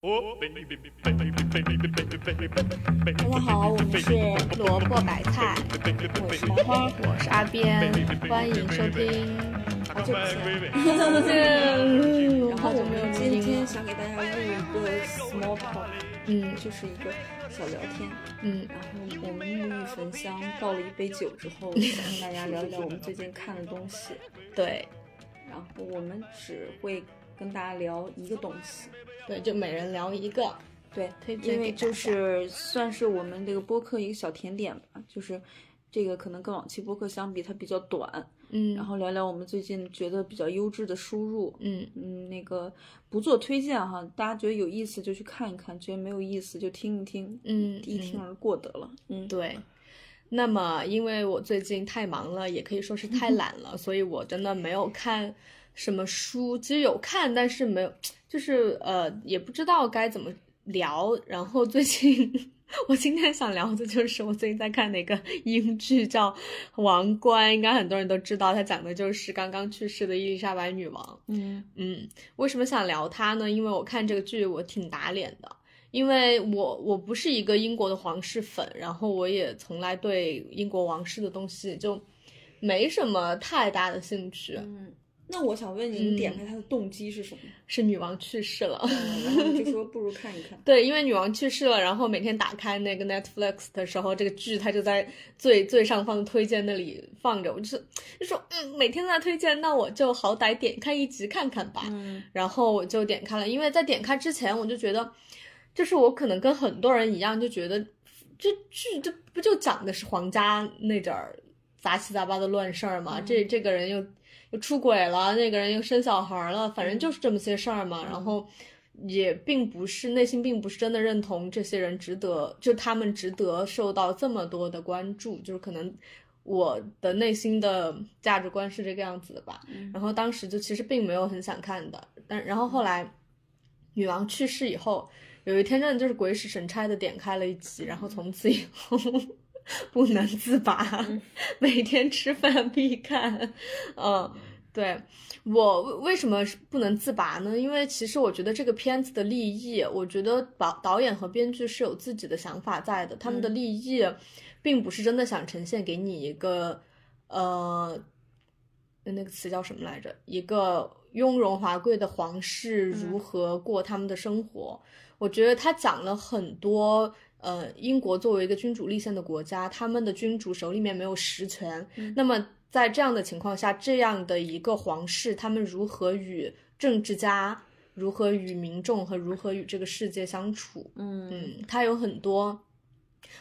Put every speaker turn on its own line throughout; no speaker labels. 哦大家好，我们是萝卜白菜，我是黄花，
我是阿边，
欢迎收听好久不见。
然嗯
然后我们
今
今
天
天
想给大家录一个 small talk，
嗯
就是一个小聊天。
嗯
然后我们沐浴焚香，倒了一杯酒之后，想跟大家聊一聊我们最近看的东西。
对
然后我们只会跟大家聊一个东西，
对，就每人聊一个。
对，
推荐
因为
给大
就
家
是算是我们这个播客一个小甜点吧，就是这个可能跟往期播客相比，它比较短，
嗯
然后聊聊我们最近觉得比较优质的输入。
嗯
嗯，那个不做推荐哈，大家觉得有意思就去看一看，觉得没有意思就听一听，
嗯
一听而过得了。嗯，
对。那么，因为我最近太忙了，也可以说是太懒了，所以我真的没有看什么书。其实有看，但是没有，就是呃，也不知道该怎么聊。然后最近，我今天想聊的就是我最近在看的一个英剧，叫《王冠》，应该很多人都知道，它讲的就是刚刚去世的伊丽莎白女王。
嗯
嗯，为什么想聊它呢？因为我看这个剧，我挺打脸的，因为我我不是一个英国的皇室粉，然后我也从来对英国王室的东西就没什么太大的兴趣。
嗯。那我想问你，你点
嗯
开它的动机是 什么？
是女王去世了，
然后你就说不如看一看。
对，因为女王去世了，然后每天打开那个 Netflix 的时候，这个剧它就在最最上方的推荐那里放着，我就是就说嗯，每天都在推荐，那我就好歹点开一集看看吧。
嗯
然后我就点开了，因为在点开之前我就觉得，就是我可能跟很多人一样，就觉得这剧这不就讲的是皇家那点儿杂七杂八的乱事儿嘛，
嗯
这这个人又又出轨了，那个人又生小孩儿了，反正就是这么些事儿嘛，然后。也并不是内心并不是真的认同这些人值得，就他们值得受到这么多的关注，就是可能我的内心的价值观是这个样子的吧。
嗯
然后当时就其实并没有很想看的，但然后后来女王去世以后，有一天真的就是鬼使神差的点开了一集，然后从此以后 不能自拔，每天吃饭必看，嗯。对我为为什么是不能自拔呢？因为其实我觉得这个片子的立意，我觉得导导演和编剧是有自己的想法在的，他们的
嗯
立意并不是真的想呈现给你一个呃那个词叫什么来着？一个雍容华贵的皇室如何过他们的生活？我觉得他讲了很多。呃，英国作为一个君主立宪的国家，他们的君主手里面没有实权，
嗯
那么在这样的情况下，这样的一个皇室，他们如何与政治家、如何与民众和如何与这个世界相处？
嗯
嗯，它有很多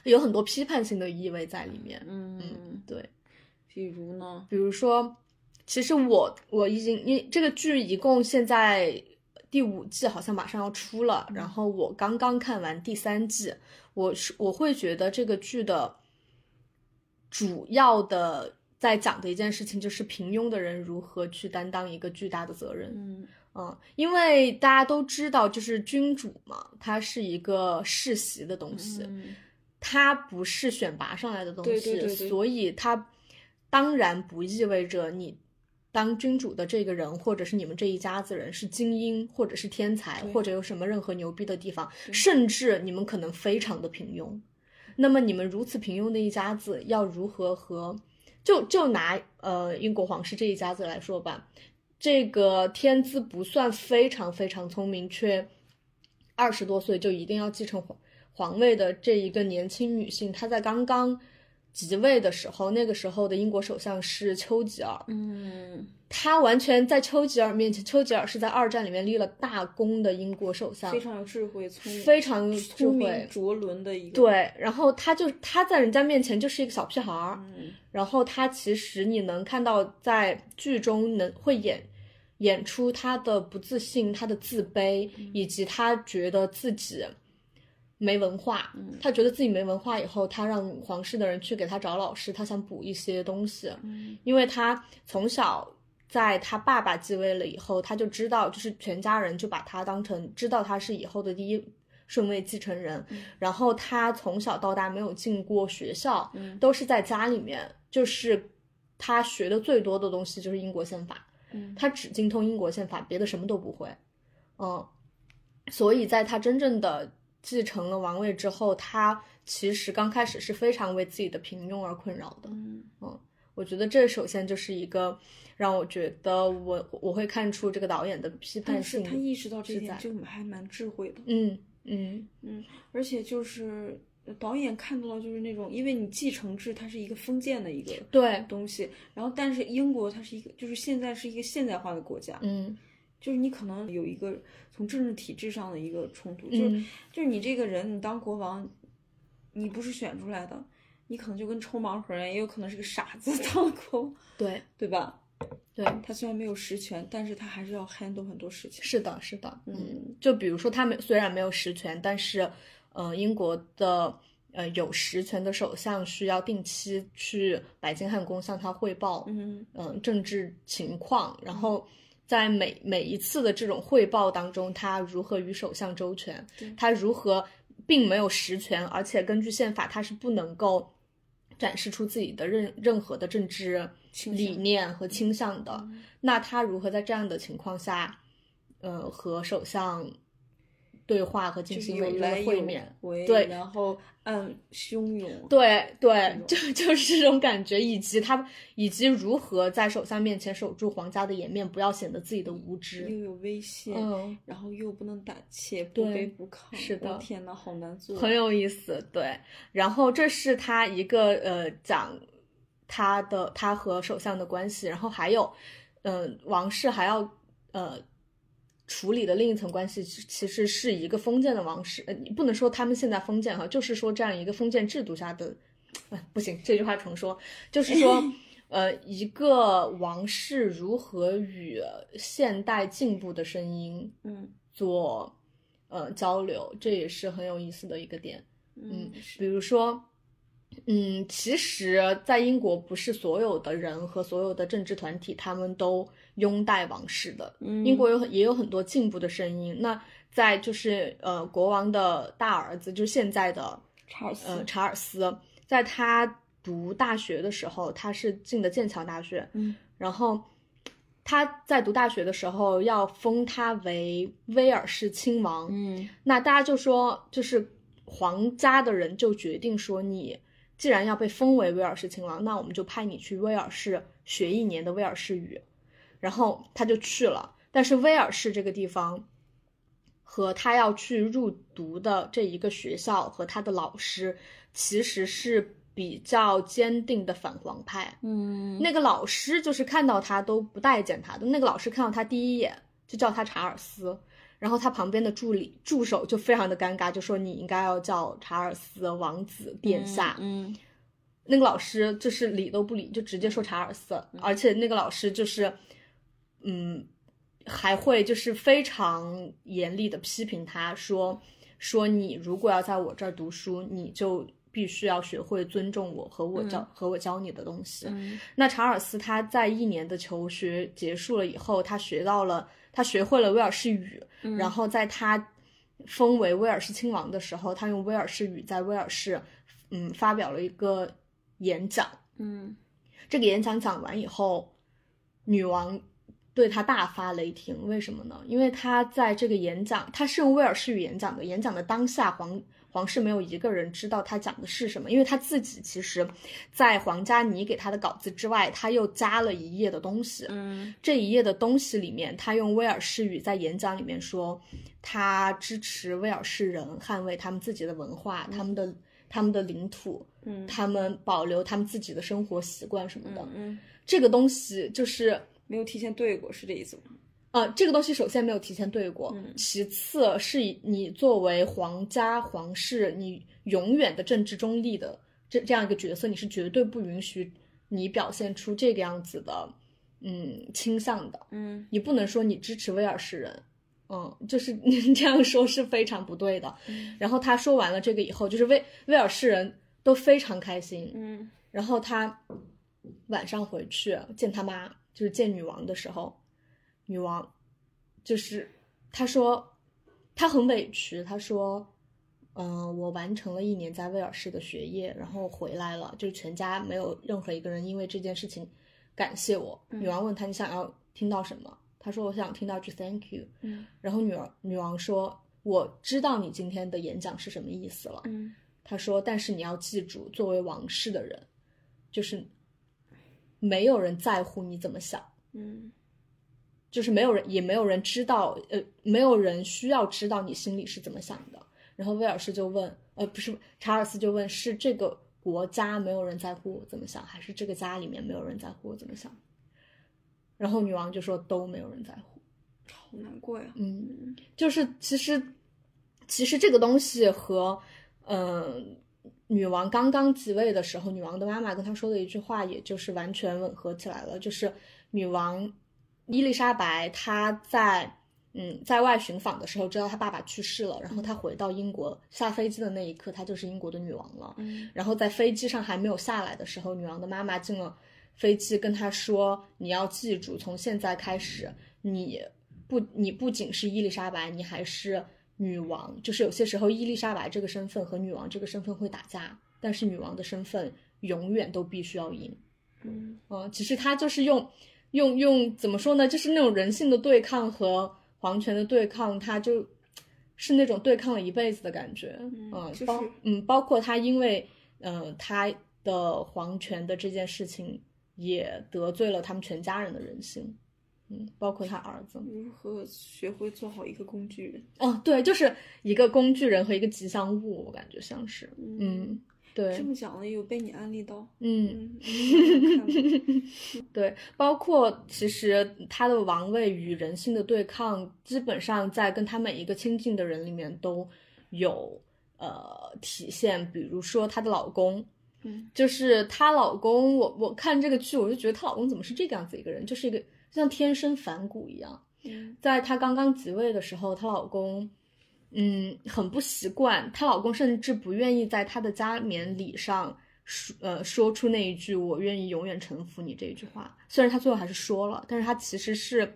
有很多批判性的意味在里面。
嗯，
对，
比如呢？
比如说，其实我我已经因这个剧一共现在第五季好像马上要出了，然后我刚刚看完第三季，我是我会觉得这个剧的主要的在讲的一件事情就是平庸的人如何去担当一个巨大的责任。
嗯
嗯，因为大家都知道，就是君主嘛，它是一个世袭的东西，
嗯
它不是选拔上来的东西，
对对对对
所以它当然不意味着你当君主的这个人，或者是你们这一家子人是精英，或者是天才，
对
或者有什么任何牛逼的地方，
对
甚至你们可能非常的平庸。那么你们如此平庸的一家子，要如何和就就拿呃英国皇室这一家子来说吧，这个天资不算非常非常聪明，却二十多岁就一定要继承皇皇位的这一个年轻女性，她在刚刚即位的时候，那个时候的英国首相是丘吉尔，
嗯，
她完全在丘吉尔面前，丘吉尔是在二战里面立了大功的英国首相
非，常有智慧、聪明、
非常有智
聪明
慧。
卓伦的一个。，
对，然后她就她在人家面前就是一个小屁孩儿，
嗯
然后他其实你能看到，在剧中能会演演出他的不自信、他的自卑，以及他觉得自己没文化。
嗯
他觉得自己没文化以后，他让皇室的人去给他找老师，他想补一些东西，
嗯
因为他从小。在他爸爸继位了以后，他就知道，就是全家人就把他当成知道他是以后的第一顺位继承人。
嗯
然后他从小到大没有进过学校，
嗯
都是在家里面，就是他学的最多的东西就是英国宪法，
嗯
他只精通英国宪法，别的什么都不会。嗯，所以在他真正的继承了王位之后，他其实刚开始是非常为自己的平庸而困扰的。
嗯
我觉得这首先就是一个让我觉得我我会看出这个导演的批判
但是
性。
他意识到这
是
一点，
在
就还蛮智慧的。
嗯嗯
而且就是呃导演看到了，就是那种，因为你继承制它是一个封建的一个
对
东西，然后但是英国它是一个，就是现在是一个现代化的国家，
嗯
就是你可能有一个从政治体制上的一个冲突，就是
嗯
就是你这个人，你当国王，你不是选出来的，你可能就跟抽盲盒一样，也有可能是个傻子 当国王，
对
对吧？
对
他虽然没有实权，但是他还是要 handle 很多事情。
是的是的嗯。
嗯，
就比如说，他们虽然没有实权，但是，呃，英国的呃有实权的首相需要定期去白金汉宫向他汇报，
嗯，
嗯、政治情况，然后在每每一次的这种汇报当中，他如何与首相周全
对，
他如何并没有实权，而且根据宪法，他是不能够展示出自己的任任何的政治
倾向嗯
理念和倾向的。那他如何在这样的情况下，呃，和首相对话和进
就是
行
有
每周
来
的
有
会面？
回，
对
然后按汹涌，
对对
种，
就就是这种感觉，以及他以及如何在首相面前守住皇家的颜面，不要显得自己的无
又
知。
有威胁，
嗯，
然后又不能胆怯，不
对
卑不亢。
是的
我天呐，好难做。
很有意思。对，然后这是他一个呃讲他的他和首相的关系，然后还有，嗯、王室还要呃处理的另一层关系，其其实是一个封建的王室，呃，你不能说他们现在封建哈，就是说这样一个封建制度下的，哎，不行，这句话重说，就是说。呃，一个王室如何与现代进步的声音
嗯
做呃交流，这也是很有意思的一个点。
嗯，
比如说，嗯，其实，在英国不是所有的人和所有的政治团体他们都拥戴王室的，英
英
国有很也有很多进步的声音。那在就是呃，国王的大儿子，就是现在的
查尔斯，
呃查尔斯，在他读大学的时候，他是进的剑桥大学，
嗯
然后他在读大学的时候要封他为威尔士亲王，
嗯
那大家就说，就是皇家的人就决定说，你既然要被封为威尔士亲王，那我们就派你去威尔士学一年的威尔士语。然后他就去了，但是威尔士这个地方和他要去入读的这一个学校和他的老师，其实是比较坚定的反皇派。
嗯，
那个老师就是看到他都不待见他的，那个老师看到他第一眼就叫他查尔斯，然后他旁边的助理助手就非常的尴尬，就说你应该要叫查尔斯王子殿下。
嗯
那个老师就是理都不理，就直接说查尔斯，
嗯
而且那个老师就是，嗯，还会就是非常严厉的批评他说说你如果要在我这儿读书，你就必须要学会尊重我和我教、和我教你的东西。
嗯
那查尔斯他在一年的求学结束了以后，他学到了，他学会了威尔士语，
嗯
然后在他封为威尔士亲王的时候，他用威尔士语在威尔士，嗯，发表了一个演讲。
嗯
这个演讲讲完以后，女王对他大发雷霆。为什么呢？因为他在这个演讲，他是用威尔士语演讲的。演讲的当下，皇皇室没有一个人知道他讲的是什么，因为他自己其实，在皇家拟给他的稿子之外，他又加了一页的东西。
嗯
这一页的东西里面，他用威尔士语在演讲里面说，他支持威尔士人捍卫他们自己的文化、他们的他们的领土，
嗯
他们保留他们自己的生活习惯什么的。
嗯，
这个东西就是，
没有提前对过，是这意思吗？
呃，这个东西首先没有提前对过，
嗯
其次是以你作为皇家皇室，你永远的政治中立的这这样一个角色，你是绝对不允许你表现出这个样子的，嗯，倾向的。
嗯
你不能说你支持威尔士人，嗯，就是 你这样说是非常不对的。
嗯
然后他说完了这个以后，就是威威尔士人都非常开心，
嗯
然后他晚上回去见他妈，就是见女王的时候，女王就是他说他很委屈，他说，嗯、我完成了一年在威尔士的学业，然后回来了，就是全家没有任何一个人因为这件事情感谢我。女王问他你想要听到什么，他说我想听到句 thank you，
嗯
然后女儿女王说我知道你今天的演讲是什么意思了。
嗯
他说，但是你要记住，作为王室的人，就是没有人在乎你怎么想，
嗯
就是没有人，也没有人知道，呃，没有人需要知道你心里是怎么想的。然后威尔士就问，呃，不是查尔斯就问，是这个国家没有人在乎我怎么想，还是这个家里面没有人在乎我怎么想？然后女王就说都没有人在乎。
好难过呀。
嗯，就是其实其实这个东西和嗯、呃女王刚刚即位的时候，女王的妈妈跟她说的一句话，也就是完全吻合起来了。就是女王伊丽莎白她在嗯在外巡访的时候，知道她爸爸去世了，然后她回到英国下飞机的那一刻，她就是英国的女王了。
嗯
然后在飞机上还没有下来的时候，女王的妈妈进了飞机，跟她说：“你要记住，从现在开始，你不你不仅是伊丽莎白，你还是女王。就是有些时候，伊丽莎白这个身份和女王这个身份会打架，但是女王的身份永远都必须要赢。
嗯
嗯，其实她就是用用用怎么说呢，就是那种人性的对抗和皇权的对抗，她就。”是那种对抗了一辈子的感觉，
嗯
嗯，
就是
包嗯，包括他因为嗯他的皇权的这件事情，也得罪了他们全家人的人心，嗯，包括他儿子。
如何学会做好一个工具人？
哦，对，就是一个工具人和一个吉祥物，我感觉像是，嗯，
这
对，
么讲了，有被你安利到。
嗯。
嗯，嗯看了
对，包括其实他的王位与人性的对抗，基本上在跟他每一个亲近的人里面都有呃体现。比如说她的老公，
嗯，
就是她老公，我我看这个剧，我就觉得她老公怎么是这个样子一个人，就是一个就像天生反骨一样。
嗯
在她刚刚即位的时候，她老公，嗯，很不习惯。她老公甚至不愿意在她的加冕礼上说，呃，说出那一句“我愿意永远臣服你”这一句话。虽然她最后还是说了，但是她其实是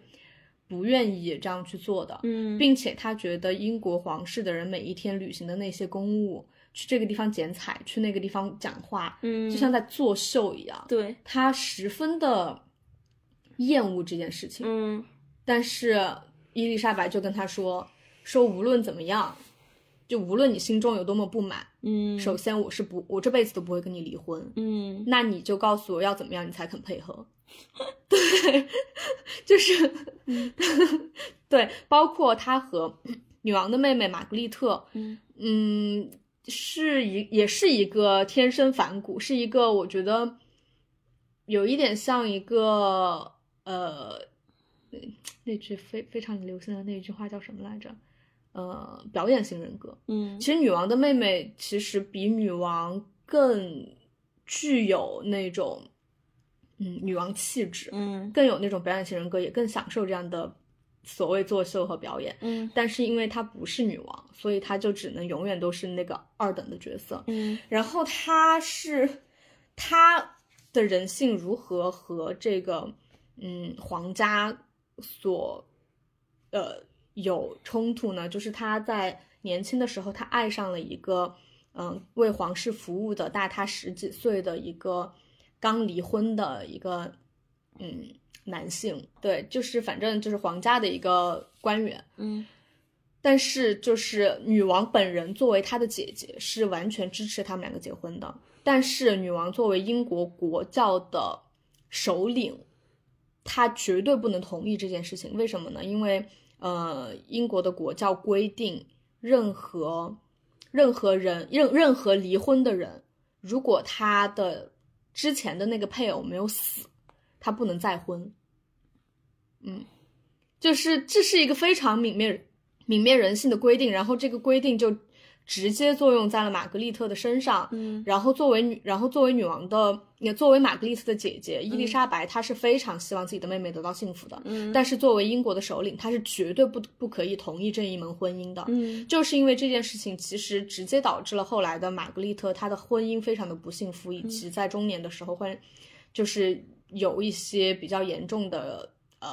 不愿意这样去做的，
嗯
并且她觉得英国皇室的人每一天履行的那些公务，去这个地方剪彩，去那个地方讲话，
嗯
就像在作秀一样，
对，
她十分的厌恶这件事情。
嗯
但是伊丽莎白就跟他说：“说无论怎么样，就无论你心中有多么不满，
嗯
首先我是不，我这辈子都不会跟你离婚。
嗯
那你就告诉我要怎么样，你才肯配合。 对，就是，
嗯
对，包括他和女王的妹妹玛格丽特，
嗯
嗯，是一也是一个天生反骨，是一个我觉得有一点像一个呃，那那句非非常流行的那一句话叫什么来着？呃，表演型人格。
嗯
其实女王的妹妹其实比女王更具有那种嗯女王气质，
嗯
更有那种表演型人格，也更享受这样的所谓作秀和表演。
嗯
但是因为她不是女王，所以她就只能永远都是那个二等的角色。
嗯
然后她是她的人性如何和这个嗯皇家所呃有冲突呢？就是她在年轻的时候，她爱上了一个嗯为皇室服务的大她十几岁的一个刚离婚的一个嗯男性，对，就是反正就是皇家的一个官员。
嗯
但是就是女王本人作为她的姐姐是完全支持他们两个结婚的，但是女王作为英国国教的首领，她绝对不能同意这件事情。为什么呢？因为呃，英国的国教规定，任何任何人任任何离婚的人，如果他的之前的那个配偶没有死，他不能再婚。嗯，就是这是一个非常泯灭泯灭人性的规定，然后这个规定就直接作用在了玛格丽特的身上。
嗯
然后作为女，然后作为女王的，也作为玛格丽特的姐姐伊丽莎白，她是非常希望自己的妹妹得到幸福的。
嗯
但是作为英国的首领，她是绝对不不可以同意这一门婚姻的。
嗯
就是因为这件事情，其实直接导致了后来的玛格丽特她的婚姻非常的不幸福，以
嗯
及在中年的时候会，就是有一些比较严重的呃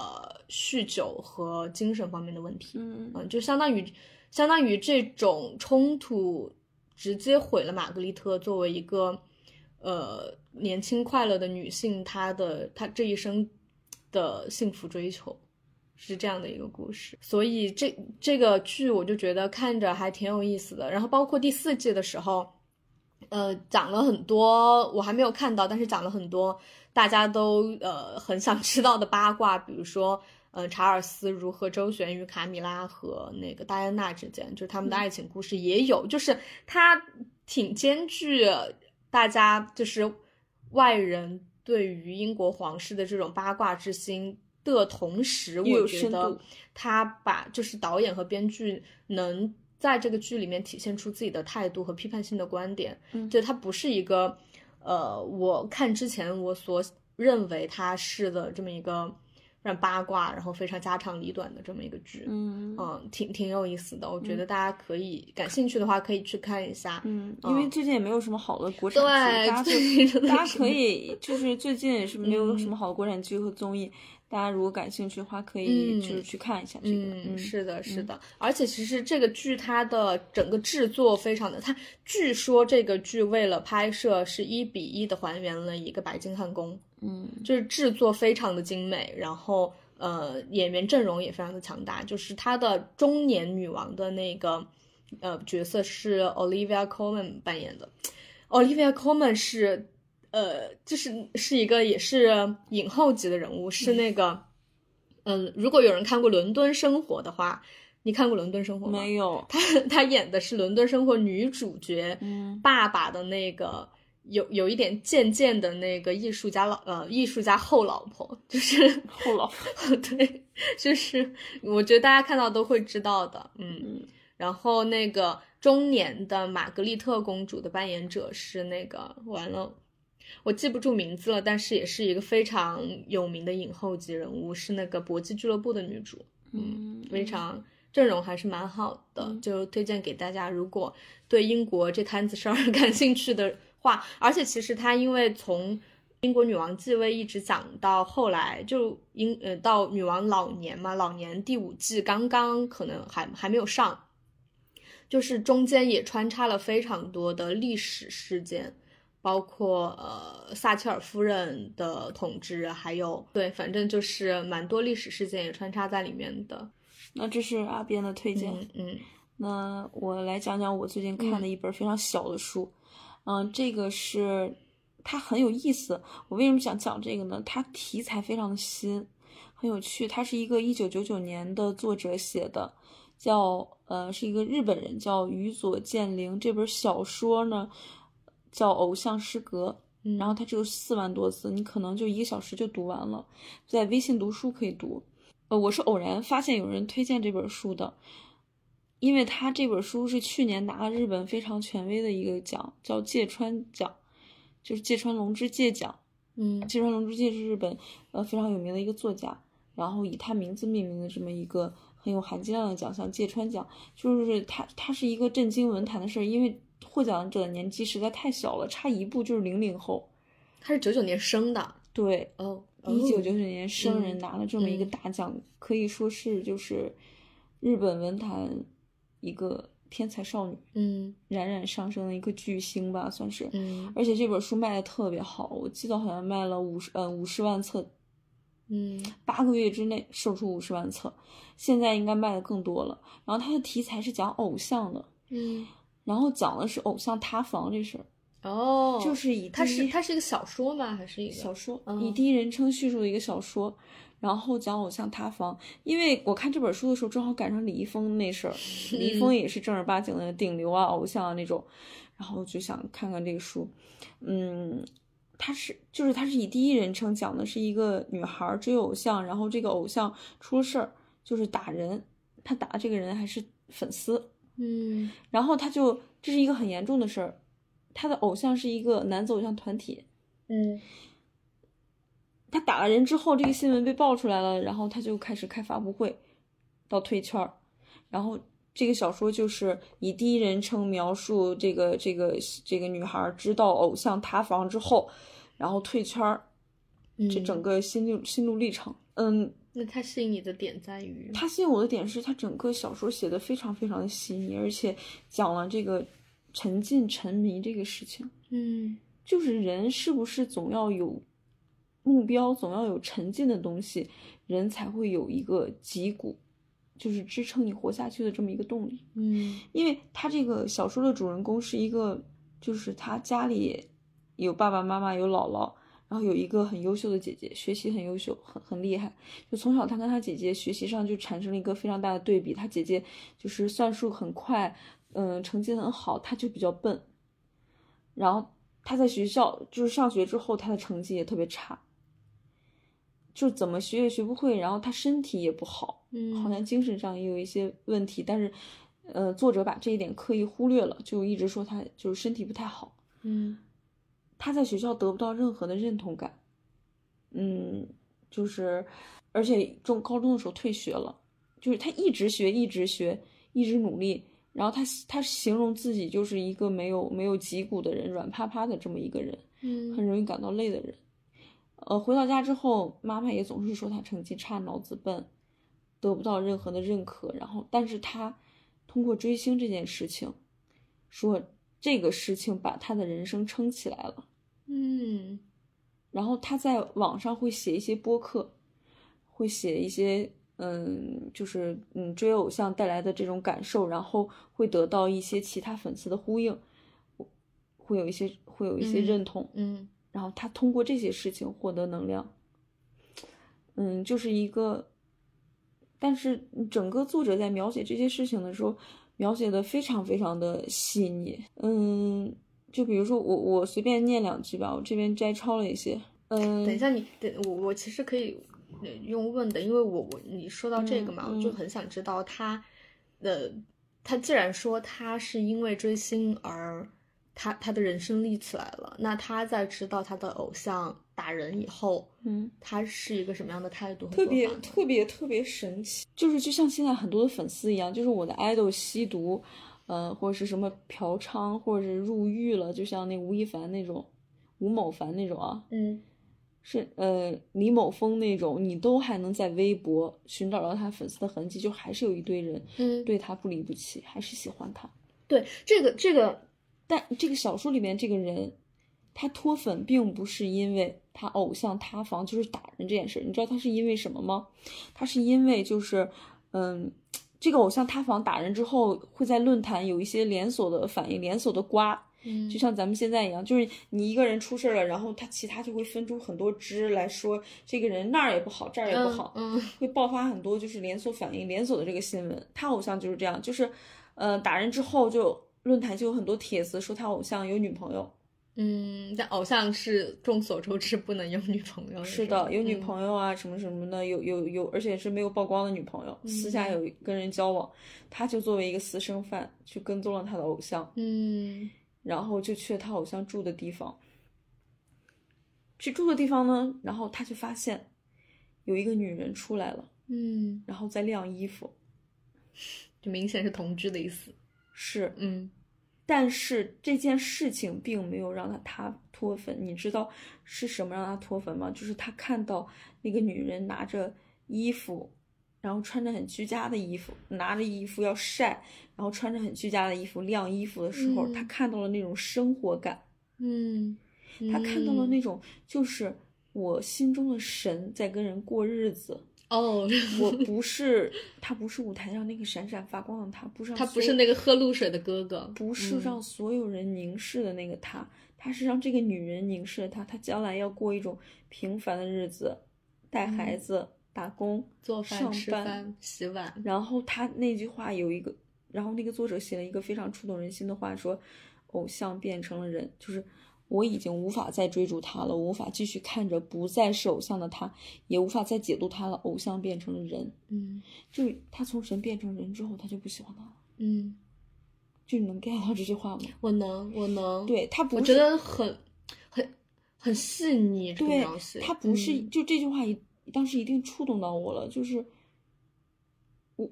酗酒和精神方面的问题。
嗯
嗯，就相当于相当于这种冲突直接毁了玛格丽特作为一个呃年轻快乐的女性，她的她这一生的幸福追求，是这样的一个故事。所以这这个剧我就觉得看着还挺有意思的。然后包括第四季的时候，呃，讲了很多我还没有看到，但是讲了很多大家都呃很想知道的八卦，比如说。嗯，查尔斯如何周旋于卡米拉和那个戴安娜之间，就是他们的爱情故事也有，就是他挺兼具大家就是外人对于英国皇室的这种八卦之心的同时，
又有
我觉
深
得
度
他把就是导演和编剧能在这个剧里面体现出自己的态度和批判性的观点，
嗯
就他不是一个呃，我看之前我所认为他是的这么一个。让八卦，然后非常家长里短的这么一个剧，
嗯
嗯，挺挺有意思的。我觉得大家可以、感兴趣的话，可以去看一下。
嗯，因为最近也没有什么好的国产剧，大家可以
对，对，
大家可 以就是最近也是没有
嗯
什么好的国产剧和综艺，大家如果感兴趣的话，可以就是去看一下这个。
嗯，
嗯，
是的，是的，而且其实这个剧它的整个制作非常的，它据说这个剧为了拍摄是一比一的还原了一个白金汉宫，
嗯，
就是制作非常的精美，然后呃演员阵容也非常的强大，就是她的中年女王的那个呃角色是 Olivia Colman 扮演的，Olivia Colman 是呃就是是一个也是影后级的人物，是那个嗯、如果有人看过《伦敦生活》的话，你看过《伦敦生活》吗？
没有，
她她演的是《伦敦生活》女主角，
嗯
爸爸的那个有有一点贱贱的那个艺术家老呃艺术家后老婆， 就是
后老
对，就是我觉得大家看到都会知道的，嗯。
嗯
然后那个中年的玛格丽特公主的扮演者是那个完了。我记不住名字了，但是也是一个非常有名的影后级人物，是那个搏击俱乐部的女主。
嗯
非常阵容还是蛮好的，
嗯
就推荐给大家。如果对英国这摊子事儿 感兴趣的话，而且其实他因为从英国女王继位一直讲到后来，就英呃到女王老年嘛，老年第五季刚刚可能还还没有上，就是中间也穿插了非常多的历史事件。包括呃撒切尔夫人的统治，还有对，反正就是蛮多历史事件也穿插在里面的。
嗯那这是阿边的推荐。
嗯嗯
那我来讲讲我最近看的一本非常小的书，嗯、这个是它很有意思。我为什么想讲这个呢？它题材非常的新，很有趣。它是一个一九九九年的作者写的，叫呃是一个日本人叫宇佐见灵。这本小说呢叫《偶像失格》。
嗯
然后它只有四万多字，你可能就一个小时就读完了，在微信读书可以读。呃，我是偶然发现有人推荐这本书的，因为他这本书是去年拿了日本非常权威的一个奖，叫芥川奖，就是芥川龙之介奖。
嗯
芥川龙之介是日本呃非常有名的一个作家，然后以他名字命名的这么一个很有含金量的奖项——芥川奖，就是他他是一个震惊文坛的事儿，因为获奖者的年纪实在太小了，差一步就是零零后。
他是九九年生的
对，
哦，
一九九九年生人
嗯
拿了这么一个
嗯
大奖，可以说是就是日本文坛一个天才少女
嗯
冉冉上升的一个巨星吧，算是。
嗯
而且这本书卖的特别好，我记得好像卖了五十呃五十万册，
嗯
八个月之内售出五十万册，现在应该卖的更多了。然后它的题材是讲偶像的，
嗯
然后讲的是偶像塌房这事儿，
哦，
就是以
它
第
是
一
它是一个小说吗？还是一个
小说，
嗯
以第一人称叙述的一个小说，然后讲偶像塌房。因为我看这本书的时候，正好赶上李易峰那事儿，李易峰也是正儿八经的顶流啊、偶像啊那种，然后就想看看这个书。嗯，它是就是它是以第一人称讲的是一个女孩儿追偶像，然后这个偶像出了事儿，就是打人，他打的这个人还是粉丝，
嗯
然后他就这是一个很严重的事儿。他的偶像是一个男子偶像团体，
嗯
他打了人之后，这个新闻被爆出来了，然后他就开始开发布会，到退圈儿，然后这个小说就是以第一人称描述这个这个这个女孩知道偶像塌房之后，然后退圈儿，
嗯，
这整个心路心路历程。嗯，
那它吸引你的点在于
他吸引我的点是他整个小说写的非常非常的细腻，而且讲了这个沉浸沉迷这个事情。
嗯
就是人是不是总要有目标，总要有沉浸的东西，人才会有一个脊骨，就是支撑你活下去的这么一个动力。
嗯
因为他这个小说的主人公是一个，就是他家里有爸爸妈妈，有姥姥，然后有一个很优秀的姐姐，学习很优秀，很很厉害。就从小他跟他姐姐学习上就产生了一个非常大的对比，他姐姐就是算术很快，嗯，成绩很好，他就比较笨。然后他在学校就是上学之后，他的成绩也特别差，就怎么学也学不会，然后他身体也不好。
嗯，
好像精神上也有一些问题，但是，呃，作者把这一点刻意忽略了，就一直说他就是身体不太好，
嗯
他在学校得不到任何的认同感，嗯，就是，而且中高中的时候退学了，就是他一直学，一直学，一直努力，然后他他形容自己就是一个没有没有脊骨的人，软趴趴的这么一个人，很
嗯
容易感到累的人。呃，回到家之后，妈妈也总是说他成绩差、脑子笨，得不到任何的认可。然后，但是他通过追星这件事情，说这个事情把他的人生撑起来了。
嗯
然后他在网上会写一些播客，会写一些嗯，就是嗯追偶像带来的这种感受，然后会得到一些其他粉丝的呼应，会有一些会有一些
嗯
认同。
嗯
然后他通过这些事情获得能量，嗯，就是一个，但是整个作者在描写这些事情的时候，描写的非常非常的细腻，嗯，就比如说我我随便念两句吧，我这边摘抄了一些，嗯，
等一下你，等我，我其实可以呃用问的，因为我我你说到这个嘛，
嗯
我就
嗯
很想知道他的，他既然说他是因为追星而他他的人生立起来了，那他在知道他的偶像打人以后，
嗯，
他是一个什么样的态度和
特
做
别
法呢
特别特别神奇，就是就像现在很多的粉丝一样，就是我的 idol 吸毒，呃，或者是什么嫖娼，或者是入狱了，就像那吴亦凡那种，吴某凡那种啊，
嗯
是呃李某峰那种，你都还能在微博寻找到他粉丝的痕迹，就还是有一堆人
嗯，
对他不离不弃，还是喜欢他。
对，这个这个
但这个小说里面这个人，他脱粉并不是因为他偶像塌房，就是打人这件事。你知道他是因为什么吗？他是因为就是，嗯，这个偶像塌房打人之后，会在论坛有一些连锁的反应，连锁的瓜，
嗯
就像咱们现在一样，就是你一个人出事儿了，然后他其他就会分出很多支来说，这个人那儿也不好，这 儿也不好，
嗯嗯
会爆发很多就是连锁反应、连锁的这个新闻。他偶像就是这样，就是，呃，打人之后就论坛就有很多帖子说他偶像有女朋友，
嗯，但偶像是众所周知不能有女朋友，
是的，有
嗯
女朋友啊，什么什么的，有有有，而且是没有曝光的女朋友，私下有跟人交往，他就作为一个私生饭去跟踪了他的偶像，
嗯，
然后就去了他偶像住的地方。去住的地方呢，然后他就发现有一个女人出来了，
嗯嗯，
然后在晾衣服。
就明显是同居的意思，
是，
嗯。
但是这件事情并没有让他他脱粉。你知道是什么让他脱粉吗？就是他看到那个女人拿着衣服，然后穿着很居家的衣服，拿着衣服要晒，然后穿着很居家的衣服晾衣服的时候，
嗯
他看到了那种生活感。
嗯，
他看到了
嗯
那种，就是我心中的神在跟人过日子。
哦，
我不是他，不是舞台上那个闪闪发光的他，不是让
他不
所有
是那个喝露水的哥哥，
不是
嗯
让所有人凝视的那个他，他是让这个女人凝视他，他将来要过一种平凡的日子，带孩
嗯
子、打工，
做饭、
上
吃
班
饭、洗碗，
然后他那句话有一个，然后那个作者写了一个非常触动人心的话，说：“偶像变成了人，就是我已经无法再追逐他了，我无法继续看着不再是偶像的他，也无法再解读他了。偶像变成了人，
嗯
就是他从神变成人之后，他就不喜欢他了。
嗯，
就你能 get 到这句话吗？
我能，我能，，
对他不
我
是，
觉得很很很细腻，这个
对
描写，
他不是，
嗯
就这句话一当时一定触动到我了，就是我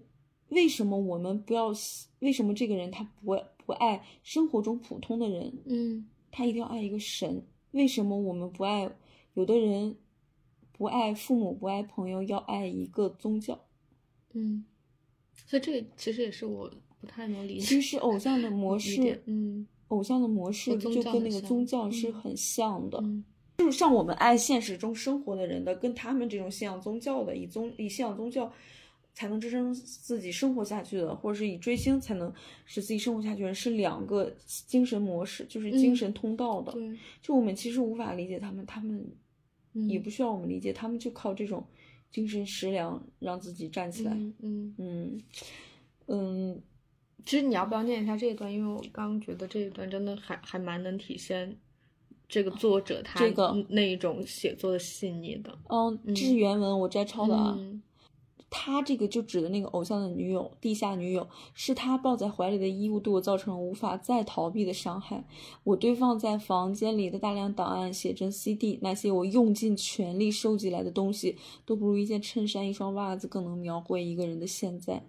为什么我们不要喜，为什么这个人他不不爱生活中普通的人，
嗯
他一定要爱一个神？为什么我们不爱？有的人不爱父母，不爱朋友，要爱一个宗教。
嗯，所以这个其实也是我不太能理解
其实偶像的模
一点
式，
嗯
偶像的模式
和宗
就
教
跟
很
那个
像
宗教是
嗯
很像的。
嗯
就是像我们爱现实中生活的人的，跟他们这种信仰宗教的，以宗以信仰宗教才能支撑自己生活下去的，或者是以追星才能使自己生活下去的人，是两个精神模式，就是精神通道的。
嗯对，
就我们其实无法理解他们，他们
嗯
也不需要我们理解，他们就靠这种精神食粮让自己站起来。
嗯嗯，
嗯嗯，
其实你要不要念一下这一段？因为我刚刚觉得这一段真的还还蛮能体现这个作者他
这个
那一种写作的细腻的。
哦，这是原文，我摘抄的啊。
嗯
他这个就指的那个偶像的女友，地下女友，是他抱在怀里的衣物对我造成无法再逃避的伤害。我堆放在房间里的大量档案、写真、CD，那些我用尽全力收集来的东西，都不如一件衬衫、一双袜子更能描绘一个人的现在。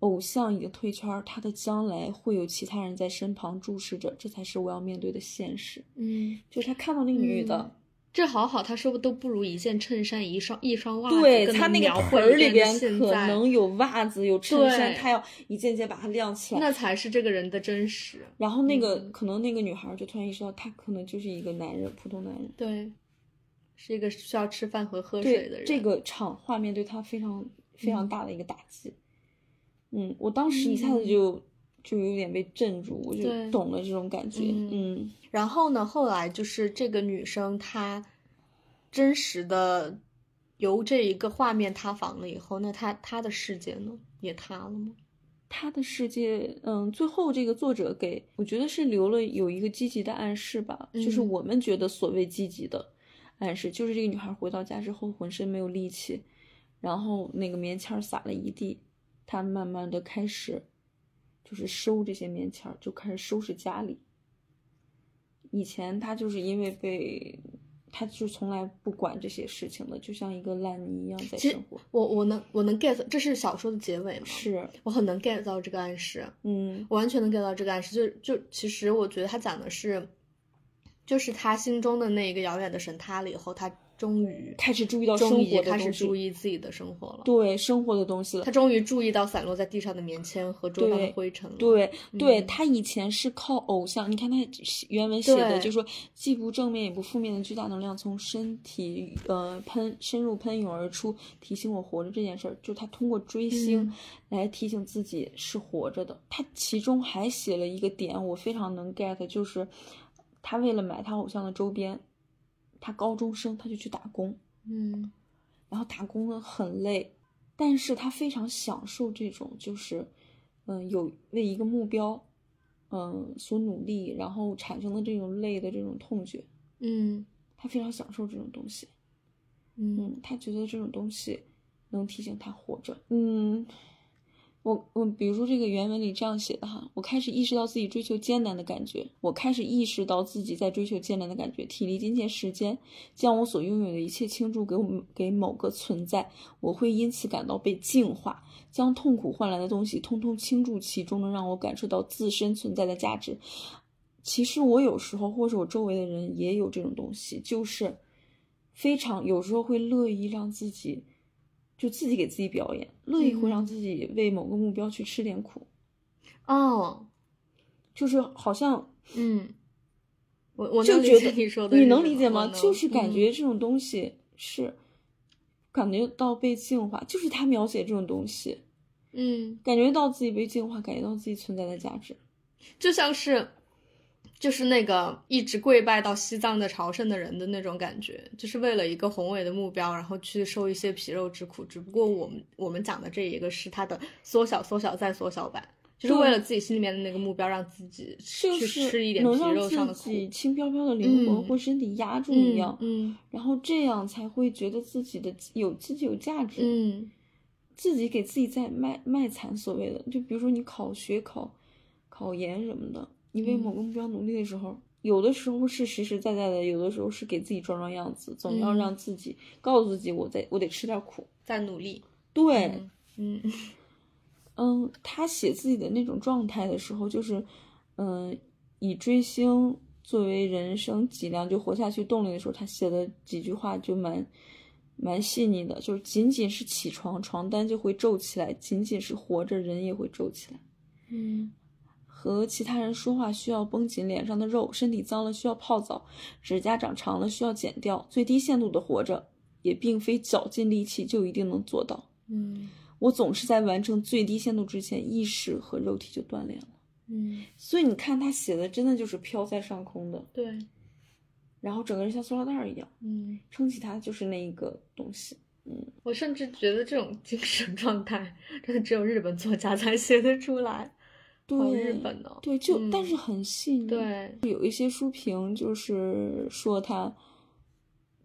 偶像已经退圈儿，他的将来会有其他人在身旁注视着，这才是我要面对的现实。
嗯，
就是他看到那个女的，
这好好，他说都不如一件衬衫、一双一双袜子
对
更
他
能
那个
描
盆
绘
儿
一
里
个人
边
的现
可
在
能有袜子，有衬衫，
对
他要一件件把它晾起来。
那才是这个人的真实。
然后那个、
嗯
可能那个女孩儿就突然意识到，他可能就是一个男人，普通男人。
对，是一个需要吃饭和喝水的
对
人。
这个场画面对他非常非常
嗯
大的一个打击。嗯，我当时一下子就、就有点被镇住，我就
对
懂了这种感觉。嗯
嗯然后呢，后来就是这个女生她真实的由这一个画面塌房了以后，那她她的世界呢也塌了吗？
他的世界，嗯，最后这个作者给我觉得是留了有一个积极的暗示吧，就是
嗯
我们觉得所谓积极的暗示，就是这个女孩回到家之后浑身没有力气，然后那个棉签儿撒了一地，她慢慢的开始就是收这些棉签儿，就开始收拾家里。以前她就是因为被，她就从来不管这些事情的，就像一个烂泥一样在
其实
生活。
我我能我能 get，这是小说的结尾吗？，
是，
我很能 get 到这个暗示。
嗯
我完全能 get 到这个暗示，就就其实我觉得他讲的是，就是他心中的那一个遥远的神塌了以后，他终于
开始注意到生
终
活
于
的
开始
东西
注意自己的生活了，
对生活的东西了
他。终于注意到散落在地上的棉签和桌上的
对
灰尘了。
对对，
嗯
他以前是靠偶像，你看他原文写的，
对
就说既不正面也不负面的巨大能量从身体呃喷深入喷涌而出，提醒我活着这件事儿。就他通过追星
嗯
来提醒自己是活着的。他其中还写了一个点，我非常能 get，就是他为了买他偶像的周边，他高中生他就去打工，
嗯
然后打工呢很累，但是他非常享受这种就是，嗯，有为一个目标，嗯，所努力，然后产生的这种累的这种痛觉，
嗯
他非常享受这种东西。
嗯
嗯，他觉得这种东西能提醒他活着。嗯，我我比如说这个原文里这样写的哈，我开始意识到自己追求艰难的感觉，我开始意识到自己在追求艰难的感觉，体力、金钱、时间，将我所拥有的一切倾注给我给某个存在，我会因此感到被净化，将痛苦换来的东西通通倾注其中，能让我感受到自身存在的价值。其实我有时候，或者我周围的人也有这种东西，就是非常有时候会乐意让自己，就自己给自己表演，乐意会让
嗯
自己为某个目标去吃点苦，
哦
就是好像
嗯，我我
就
能
觉
理解
得
你说的是什么呢，
你能理解吗？就是感
嗯
觉这种东西是感觉到被净化，就是他描写这种东西，
嗯
感觉到自己被净化，感觉到自己存在的价值。
就像是，就是那个一直跪拜到西藏的朝圣的人的那种感觉，就是为了一个宏伟的目标，然后去受一些皮肉之苦。只不过我们我们讲的这一个是它的缩小、缩小再缩小版，就是
对
为了自己心里面的那个目标，让自己
就
去吃一
是
点
能
皮肉上
让
的
自
苦。
己轻飘飘的灵魂
嗯
或身体压住一
嗯
样，
嗯
然后这样才会觉得自己的有自己有价值，
嗯
自己给自己在卖卖惨，所谓的就比如说你考学考、考研什么的，你为
嗯
某个目标努力的时候，有的时候是实实在在的，有的时候是给自己装装样子，总要
嗯
让自己告诉自己，我在我得吃点苦。
在努力。
对，
嗯嗯
嗯，他写自己的那种状态的时候，就是，嗯，以追星作为人生脊梁就活下去动力的时候，他写的几句话就蛮蛮细腻的，就是仅仅是起床，床单就会皱起来；仅仅是活着，人也会皱起来。
嗯
和其他人说话需要绷紧脸上的肉，身体脏了需要泡澡，指甲长长了需要剪掉。最低限度的活着，也并非绞尽力气就一定能做到。
嗯
我总是在完成最低限度之前，意识和肉体就断裂了。
嗯，
所以你看，他写的真的就是飘在上空的，
对，
然后整个人像塑料袋儿一样，
嗯，
撑起他就是那一个东西。
我甚至觉得这种精神状态真的只有日本作家才写得出来，好
对，
日本哦，
对，就、
嗯
但是很细腻。，
对，
有一些书评就是说他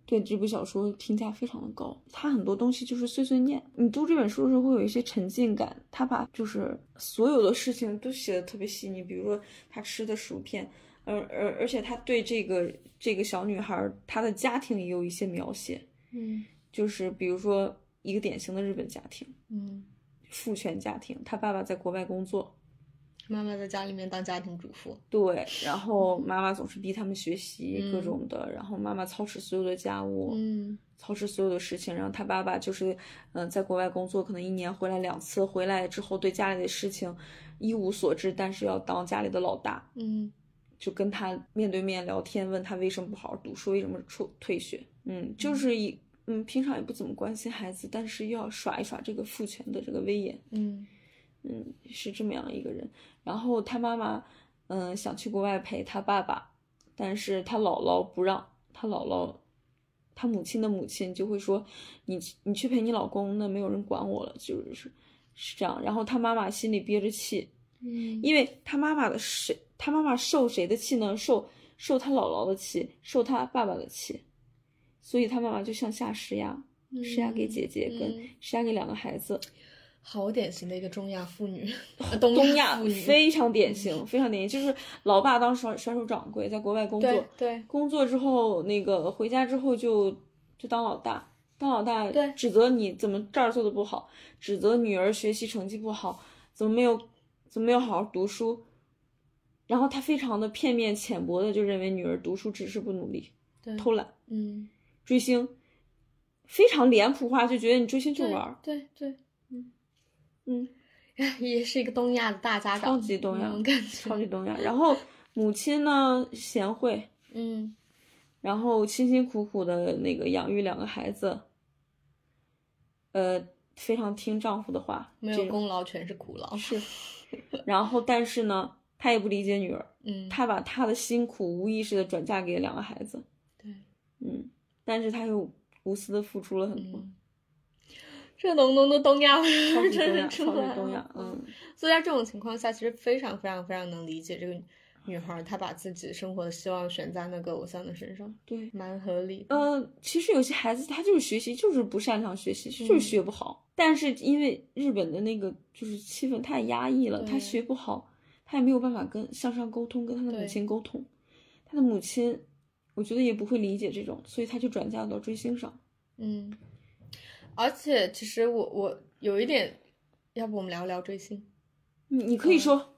对这部小说评价非常的高，他很多东西就是碎碎念。你读这本书的时候会有一些沉浸感，他把就是所有的事情都写的特别细腻，比如说他吃的薯片。而而而且他对这个这个小女孩儿她的家庭也有一些描写，
嗯
就是比如说一个典型的日本家庭，
嗯，
父权家庭，他爸爸在国外工作，
妈妈在家里面当家庭主妇，
对，然后妈妈总是逼他们学习
嗯
各种的，然后妈妈操持所有的家务，
嗯
操持所有的事情，然后他爸爸就是，嗯、在国外工作，可能一年回来两次，回来之后对家里的事情一无所知，但是要当家里的老大，
嗯
就跟他面对面聊天，问他为什么不好好读书，为什么出退学，嗯，就是一。嗯，平常也不怎么关心孩子，但是又要耍一耍这个父权的这个威严，
嗯
嗯，是这么样一个人。然后他妈妈，嗯，想去国外陪他爸爸，但是他姥姥不让，他姥姥，他母亲的母亲就会说，你你去陪你老公，那没有人管我了，就是是是这样。然后他妈妈心里憋着气，
嗯，
因为他妈妈的谁，他妈妈受谁的气呢？受受他姥姥的气，受他爸爸的气，所以他妈妈就向下施压，施压给姐姐跟、
嗯
施压给两个孩子。
好典型的一个中亚妇 女，呃 东
东
亚
亚
妇女，
非常典型，非常典型，就是老爸当甩甩手掌柜，在国外工
对
作，
对
工作之后那个回家之后就就当老大，当老大
对
指责你怎么这儿做的不好，指责女儿学习成绩不好，怎么没有怎么没有好好读书，然后他非常的片面浅薄的就认为女儿读书只是不努力、
对，
偷懒、
嗯，
追星，非常脸谱化，就觉得你追星就
对
玩儿，
对对，
嗯，
哎 也是一个东亚的大家
超
长，
级东亚，
嗯感觉，
超级东亚。然后母亲呢贤惠。
嗯
然后辛辛苦苦的那个养育两个孩子，呃，非常听丈夫的话，
没
这
有
种
功劳全是苦劳，
是。 然后，但是呢，他也不理解女儿，
嗯，
他把他的辛苦无意识的转嫁给两个孩子，
对，
嗯，但是他又无私的付出了很多，
嗯，这浓浓的东亚味
超
儿嗯
级东
真
亚，
是
超
出来
级
了，
东亚，嗯，
所以在这种情况下，其实非常非常非常能理解这个女孩，她把自己生活的希望悬在那个偶像的身上，
对，
蛮合理的。
呃，其实有些孩子他就是学习就是不擅长学习，就是学不好。但是因为日本的那个就是气氛太压抑了，他
对
学不好，他也没有办法跟向上沟通，跟他的母
对
亲沟通。他的母亲，我觉得也不会理解这种，所以他就转嫁到追星上。
嗯，而且其实我我有一点，要不我们聊聊追星？
你你可以说，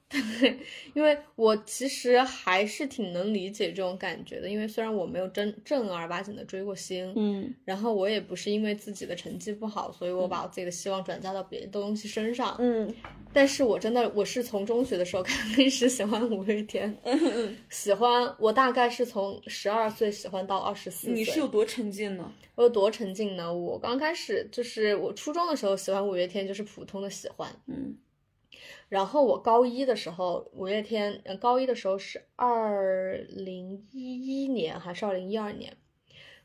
因为我其实还是挺能理解这种感觉的，因为虽然我没有真正儿八经的追过星，
嗯
然后我也不是因为自己的成绩不好，所以我把我自己的希望转嫁到别的东西身上，
嗯
但是我真的我是从中学的时候开始喜欢五月天，
嗯
喜欢我大概是从十二岁喜欢到二十四岁。
你是有多沉浸呢？
我有多沉浸呢？我刚开始就是我初中的时候喜欢五月天，就是普通的喜欢。
嗯
然后我高一的时候，五月天，呃，高一的时候是二零一一年还是二零一二年？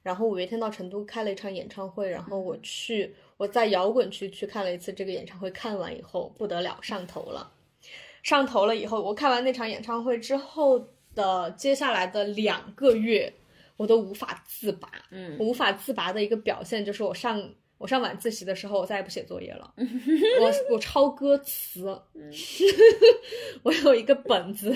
然后五月天到成都开了一场演唱会，然后我去，我在摇滚区去看了一次这个演唱会，看完以后不得了，上头了，上头了以后，我看完那场演唱会之后的接下来的两个月，我都无法自拔，
嗯
我无法自拔的一个表现就是我上我上晚自习的时候，我再也不写作业了，我我抄歌词，我有一个本子，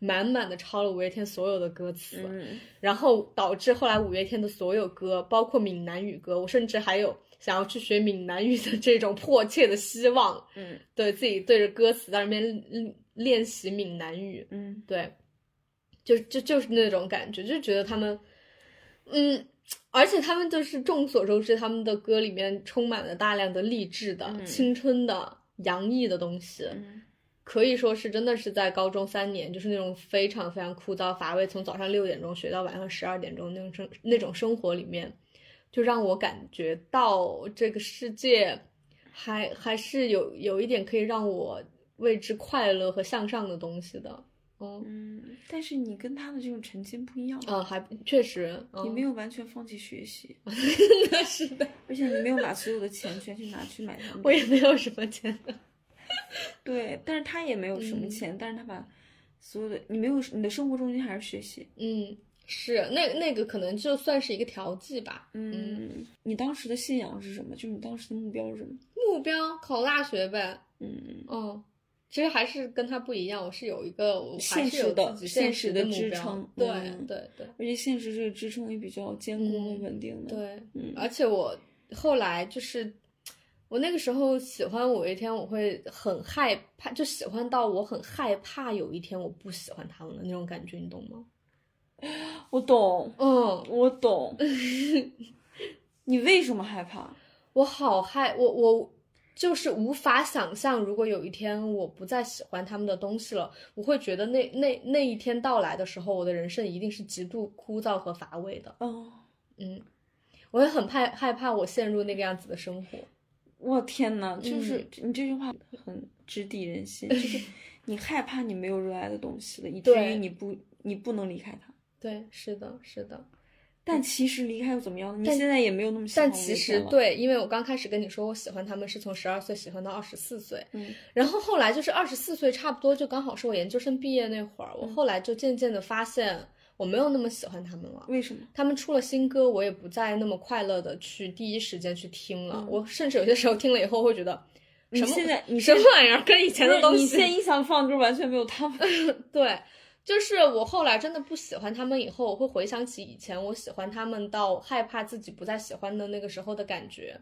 满满的抄了五月天所有的歌词，
嗯，
然后导致后来五月天的所有歌，包括闽南语歌，我甚至还有想要去学闽南语的这种迫切的希望，
嗯，
对自己对着歌词在那边练练习闽南语，
嗯，
对，就就就是那种感觉，就觉得他们，嗯，而且他们就是众所周知，他们的歌里面充满了大量的励志的、
嗯
青春的、洋溢的东西，
嗯
可以说是真的是在高中三年，就是那种非常非常枯燥乏味，从早上六点钟学到晚上十二点钟那种生那种生活里面，就让我感觉到这个世界还还是有有一点可以让我为之快乐和向上的东西的。嗯
嗯，但是你跟他的这种沉浸不一样，
啊，还确实，
你
嗯，
没有完全放弃学习，
那是的，
而且你没有把所有的钱全去拿去买他们
我也没有什么钱的。
对，但是他也没有什么
嗯
钱，但是他把所有的你没有你的生活中心还是学习。
嗯，是那那个可能就算是一个调剂吧。
嗯，你当时的信仰是什么？就是你当时的目标是什么？
目标考大学呗。
嗯，
嗯，其实还是跟他不一样，我是有一个，我还
现
是
实
有
的
自己
现
现
实
实
的
目
支
标
撑。
对
嗯
对对
而且现实这个支撑也比较坚固和
嗯
稳定的。
对，
嗯
而且我后来就是。我那个时候喜欢五月天，我会很害怕，就喜欢到我很害怕有一天我不喜欢他们的那种感觉，你懂吗？
我懂，
嗯，
我懂。你为什么害怕？
我好害，我我就是无法想象，如果有一天我不再喜欢他们的东西了，我会觉得那那那一天到来的时候，我的人生一定是极度枯燥和乏味的。
哦，
嗯，我也很害害怕我陷入那个样子的生活。
我天呐，就是、
嗯
你这句话很直抵 人心，就是你害怕你没有热爱的东西了，以至于
对
你不你不能离开它。
对，是的，是的。
但其实离开又怎么样呢？你
嗯但
现在也没有那么想。
但其实，对，因为我刚开始跟你说，我喜欢他们是从十二岁喜欢到二十四岁，
嗯
然后后来就是二十四岁，差不多就刚好是我研究生毕业那会儿，我后来就渐渐的发现我没有那么喜欢他们了。
为什么？
他们出了新歌，我也不再那么快乐的去第一时间去听了。
嗯
我甚至有些时候听了以后会觉得，
你
什么
现在你
什
现
么
在
玩意儿，跟以前
不
的
是
东
你
西
现在一想放歌，完全没有他们。
对，就是我后来真的不喜欢他们以后，我会回想起以前我喜欢他们到害怕自己不再喜欢的那个时候的感觉。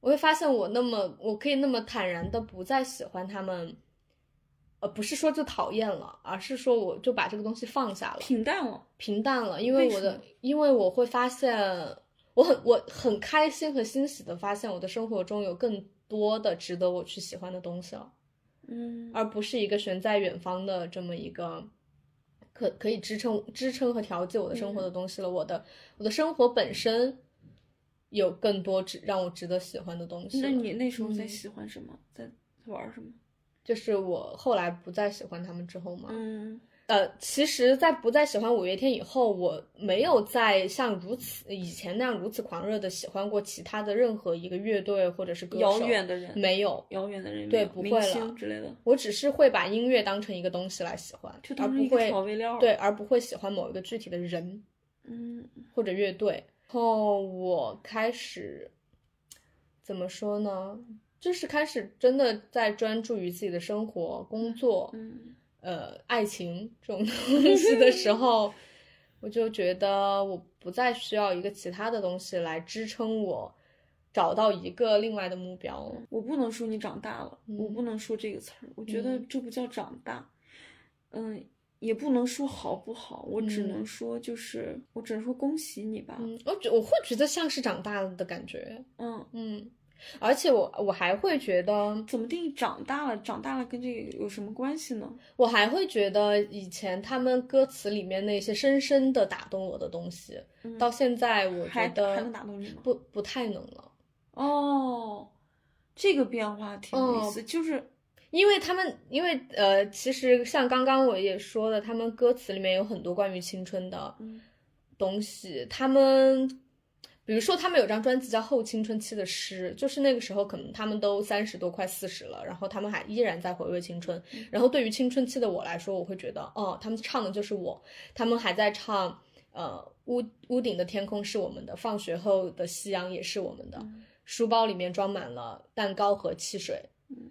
我会发现我那么我可以那么坦然的不再喜欢他们，呃，不是说就讨厌了，而是说我就把这个东西放下了，
平淡 了。
平淡了，因
为
为
什
我的
么
因为我会发现。我很我很开心和欣喜的发现，我的生活中有更多的值得我去喜欢的东西了。
嗯，
而不是一个悬在远方的这么一个可可以支撑支撑和调节我的生
嗯
活的东西了。我的我的生活本身有更多值让我值得喜欢的东西了。
那你那时候在
嗯
喜欢什么？在玩什么？
就是我后来不再喜欢他们之后嘛，
嗯
呃，其实，在不再喜欢五月天以后，我没有再像如此以前那样如此狂热的喜欢过其他的任何一个乐队或者是歌
遥
手，
远的人，
没有。
遥远的人，
对不
明
会
星
了
之类的，
我只是会把音乐当成一个东西来喜欢，
就
而
当成
不
一个
会
调味料。
对，，而不会喜欢某一个具体的人
嗯，
或者乐队。然后我开始怎么说呢？就是开始真的在专注于自己的生活、工作、
嗯
呃爱情这种东西的时候，我就觉得我不再需要一个其他的东西来支撑我找到一个另外的目标了。
我不能说你长大了，我
嗯
不能说这个词儿，我觉得
嗯
这不叫长大，嗯，也不能说好不好，我只
嗯
能说就是，我只能说恭喜你吧，
嗯，我觉我会觉得像是长大了的感觉。
嗯，
嗯，而且我我还会觉得。
怎么定义长大了？长大了跟这个有什么关系呢？
我还会觉得以前他们歌词里面那些深深的打动我的东西，
嗯
到现在我觉
还还能
得
打动你吗？
不不太能了，
哦，这个变化挺有意
哦
思，就是
因为他们因为呃，其实像刚刚我也说的，他们歌词里面有很多关于青春的
嗯
东西，他们比如说他们有张专辑叫《后青春期的诗》，就是那个时候可能他们都三十多快四十了，然后他们还依然在回味青春，
嗯
然后对于青春期的我来说，我会觉得，哦，他们唱的就是我，他们还在唱，呃，屋屋顶的天空是我们的，放学后的夕阳也是我们的，
嗯
书包里面装满了蛋糕和汽水。
嗯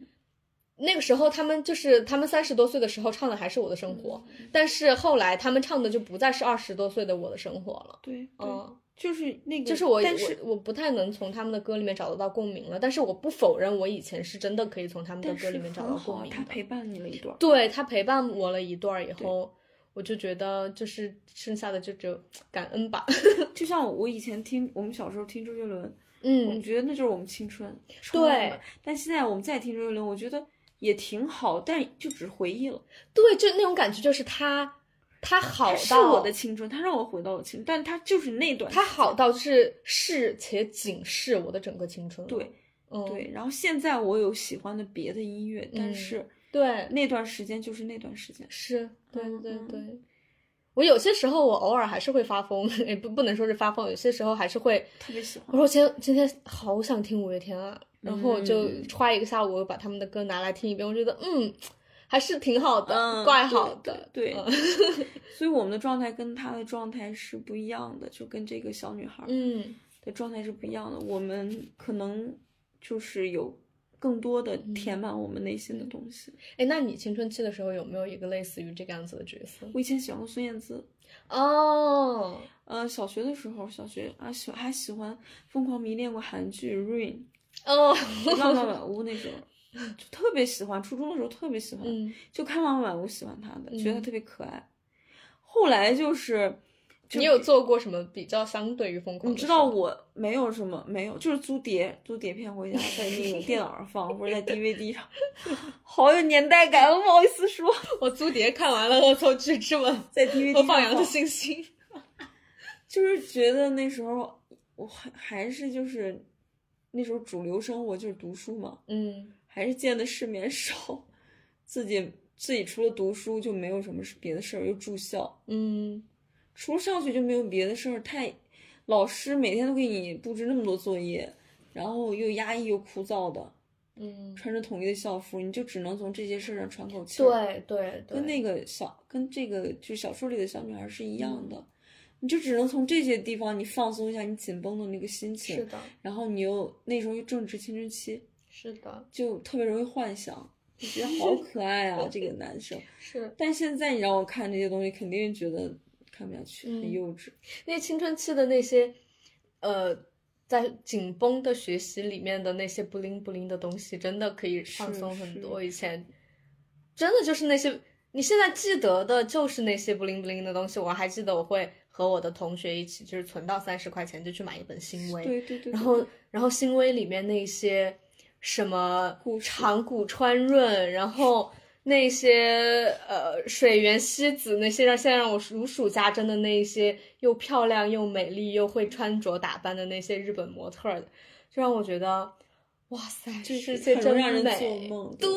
那个时候，他们就是他们三十多岁的时候唱的还是我的生活，
嗯
但是后来他们唱的就不再是二十多岁的我的生活了。
对对，
嗯，
就是那个，
就是我，
但是
我我不太能从他们的歌里面找得到共鸣了。但是我不否认，我以前是真的可以从他们的
但
歌
是
里面找
很
到
好
共
啊
鸣的。
他陪伴你了一段儿。
对他陪伴我了一段儿以后，我就觉得就是剩下的就只有感恩 吧。
就像我以前听我们小时候听周杰伦，我们
嗯，
觉得那就是我们青春，充
对
满了。但现在我们再听周杰伦，我觉得也挺好，但就只是回忆了。
对，就那种感觉，就是他他好
它
到
是我的青春，它让我回到我青春，但它就是那段
他
时间
好到就是是且仅是我的整个青春了。
对
嗯，
对。然后现在我有喜欢的别的音乐，但
嗯
是
对，
那段时间就是那段时间。
是，对
嗯
对
嗯
对。我有些时候，我偶尔还是会发疯，也不不能说是发疯，有些时候还是会。
特别喜
我
欢。
说我今天今天好想听五月天啊，然后我就
嗯
花一个下午我把他们的歌拿来听一遍，我觉得嗯，还是挺好的，
嗯
怪
对
好的，
对对
嗯
所以我们的状态跟她的状态是不一样的，就跟这个小女孩
嗯
的状态是不一样的。我们可能就是有更多的
嗯
填满我们内心的东西。
哎，那你青春期的时候有没有一个类似于这个样子的角色？
我以前喜欢过孙燕姿，
哦，
呃，小学的时候，小学啊喜还喜欢疯狂迷恋过韩剧《Rain
哦，》
《浪漫满屋》那时候，就特别喜欢。初中的时候特别喜欢，
嗯
就看《浪漫满屋》喜欢她的，觉得她
嗯
特别可爱。后来就是，就
你有做过什么比较相对于疯狂
你
的事
知
儿？
道我没有什么，没有，就是租碟，租碟片回家，在那个电脑上放， 或者在 DVD 上，好有年代感，啊我不好意思说，
我租碟看完了《恶作剧之吻》，
在 DVD
和
上
放羊的星星。
就是觉得那时候我还还是就是那时候主流生活就是读书嘛，
嗯
还是见的世面少，自己自己除了读书就没有什么别的事儿，又住校，
嗯
除了上学就没有别的事儿，太老师每天都给你布置那么多作业，然后又压抑又枯燥的。
嗯，
穿着统一的校服，你就只能从这些事儿上喘口气儿。
对对对，
跟那个小跟这个就是小说里的小女孩是一样
嗯
的，你就只能从这些地方你放松一下你紧绷的那个心
是
情，
的，
然后你又那时候又正值青春期，
是的，
就特别容易幻想，就觉得 好可爱啊这个男生。
是
但现在你让我看这些东西，肯定觉得看不下去，很
嗯
幼稚。
那青春期的那些，呃，在紧绷的学习里面的那些不灵不灵的东西，真的可以放
是
松很
是
多。以前真的就是那些。你现在记得的就是那些不灵不灵的东西，我还记得我会和我的同学一起，就是存到三十块钱就去买一本新微，
对对对，
然
对
后然后新微里面那些什么
故事
长谷川润，然后那些呃水原希子那些让现在让我如数家珍的那一些又漂亮又美丽又会穿着打扮的那些日本模特儿，就让我觉得。哇塞，这
是
世界
很
真
让人
美！
做梦
对
对，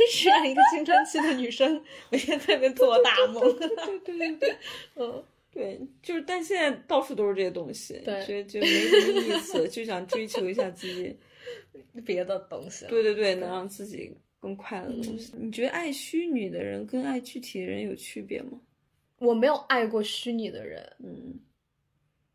就是让一个青春期的女生每天在那边做大梦。
对对对对。
嗯，
对，就是，但现在到处都是这些东西，
对
觉得就没什么意思，就想追求一下自 己，
别的东西了。
对对对，能让自己更快乐的东西。
嗯
你觉得爱虚拟的人跟爱具体的人有区别吗？
我没有爱过虚拟的人，
嗯，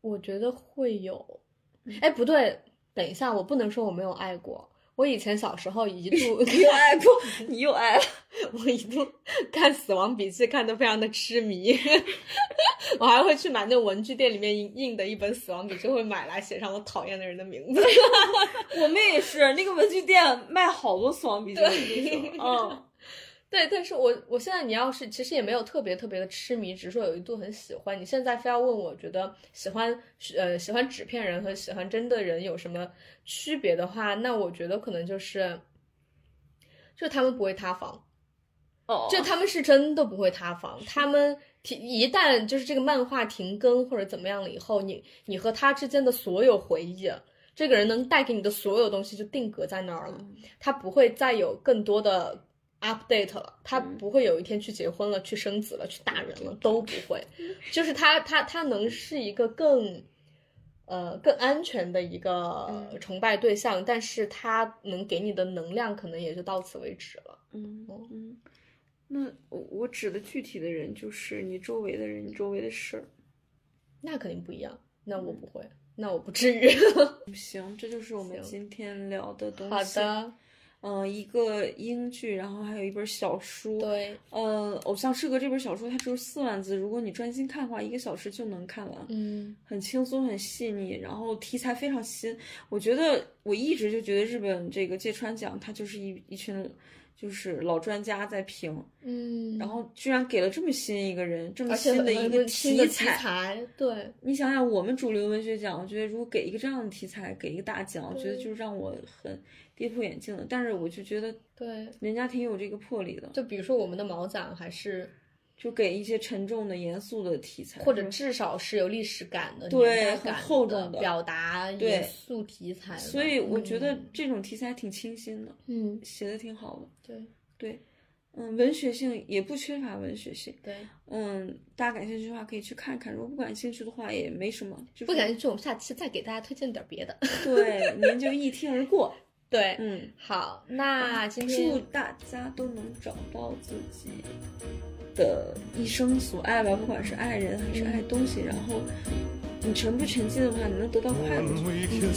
我觉得会有
嗯，
哎，不对，等一下，我不能说我没有爱过。我以前小时候一度
你有爱过，你又爱了，
我一度看《死亡笔记》看得非常的痴迷， 我还会去买那文具店里面印印的一本《死亡笔记》，会买来写上我讨厌的人的名字。
我们也是，那个文具店卖好多死亡笔记本那
对
种，嗯，
对，但是我我现在你要是其实也没有特别特别的痴迷，只是说有一度很喜欢。你现在非要问我觉得喜欢呃喜欢纸片人和喜欢真的人有什么区别的话，那我觉得可能就是，就他们不会塌房，
哦，
就他们是真的不会塌房，他们停一旦就是这个漫画停更或者怎么样了以后，你你和他之间的所有回忆，这个人能带给你的所有东西就定格在那儿了。
嗯
他不会再有更多的 update 了，他
嗯
不会有一天去结婚了、去生子了、去大人了，都不会。就是他他他能是一个更呃更安全的一个
嗯
崇拜对象，但是他能给你的能量可能也就到此为止了。
嗯嗯，那我我指的具体的人就是你周围的人，你周围的事儿。
那肯定不一样，那我
嗯
不会，那我不至于。
行，这就是我们
行
今天聊的东西。
好的，
嗯、一个英剧，然后还有一本小书。
对，
呃，《偶像诗歌》这本小说它只有四万字，如果你专心看的话，一个小时就能看完，
嗯
很轻松，很细腻，然后题材非常新。我觉得我一直就觉得日本这个芥川奖，他就是一一群就是老专家在评，
嗯，
然后居然给了这么新一个人，这么
而且
新的一
很
个
很新的
材。
材，对，
你想想，我们主流文学奖，我觉得如果给一个这样的题材，给一个大奖，我觉得
对
就是让我很跌破眼镜的。但是我就觉得
对，
人家挺有这个魄力的，
就比如说我们的毛展还是，
就给一些沉重的、严肃的题材，
或者至少是有历史感的、
嗯对
年代
很
感
厚重的
的表达
对
严肃题材的。
所以我觉得
嗯，
这种题材挺清新的，
嗯，
写的挺好的。
对
对，嗯，文学性也不缺乏文学性。
对，
嗯，大家感兴趣的话可以去看看，如果不感兴趣的话也没什么，就是
不感兴趣，我们下期再给大家推荐点别的。
对，您就一听而 过。
对，
嗯，
好，那今
祝
天
大家都能找到自己的一生所爱吧，不管是爱人
嗯
还是爱东西，然后你沉不沉浸的话，你能得到快乐。
嗯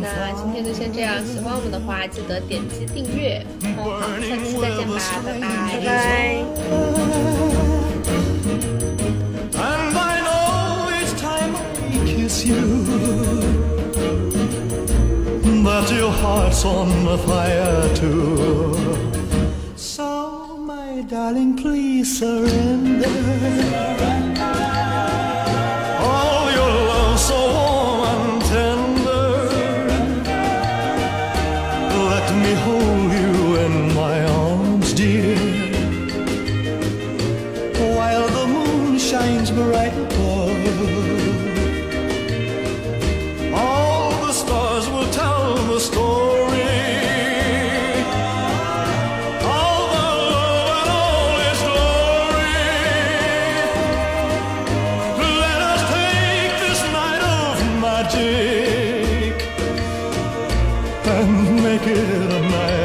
那
那
今天就先这样，喜欢我们的话记得点击订阅，哦
好，
好，下期再见吧，拜拜。
拜拜。
And I know each time I kiss you that your heart's on fire too. So, my darling, please surrender. All your love so warm and tender. Let me hold you in my arms, dear while the moon shines bright above. All the stars will tell the story. All the love and all its glory. Let us take this night of magic and make it a night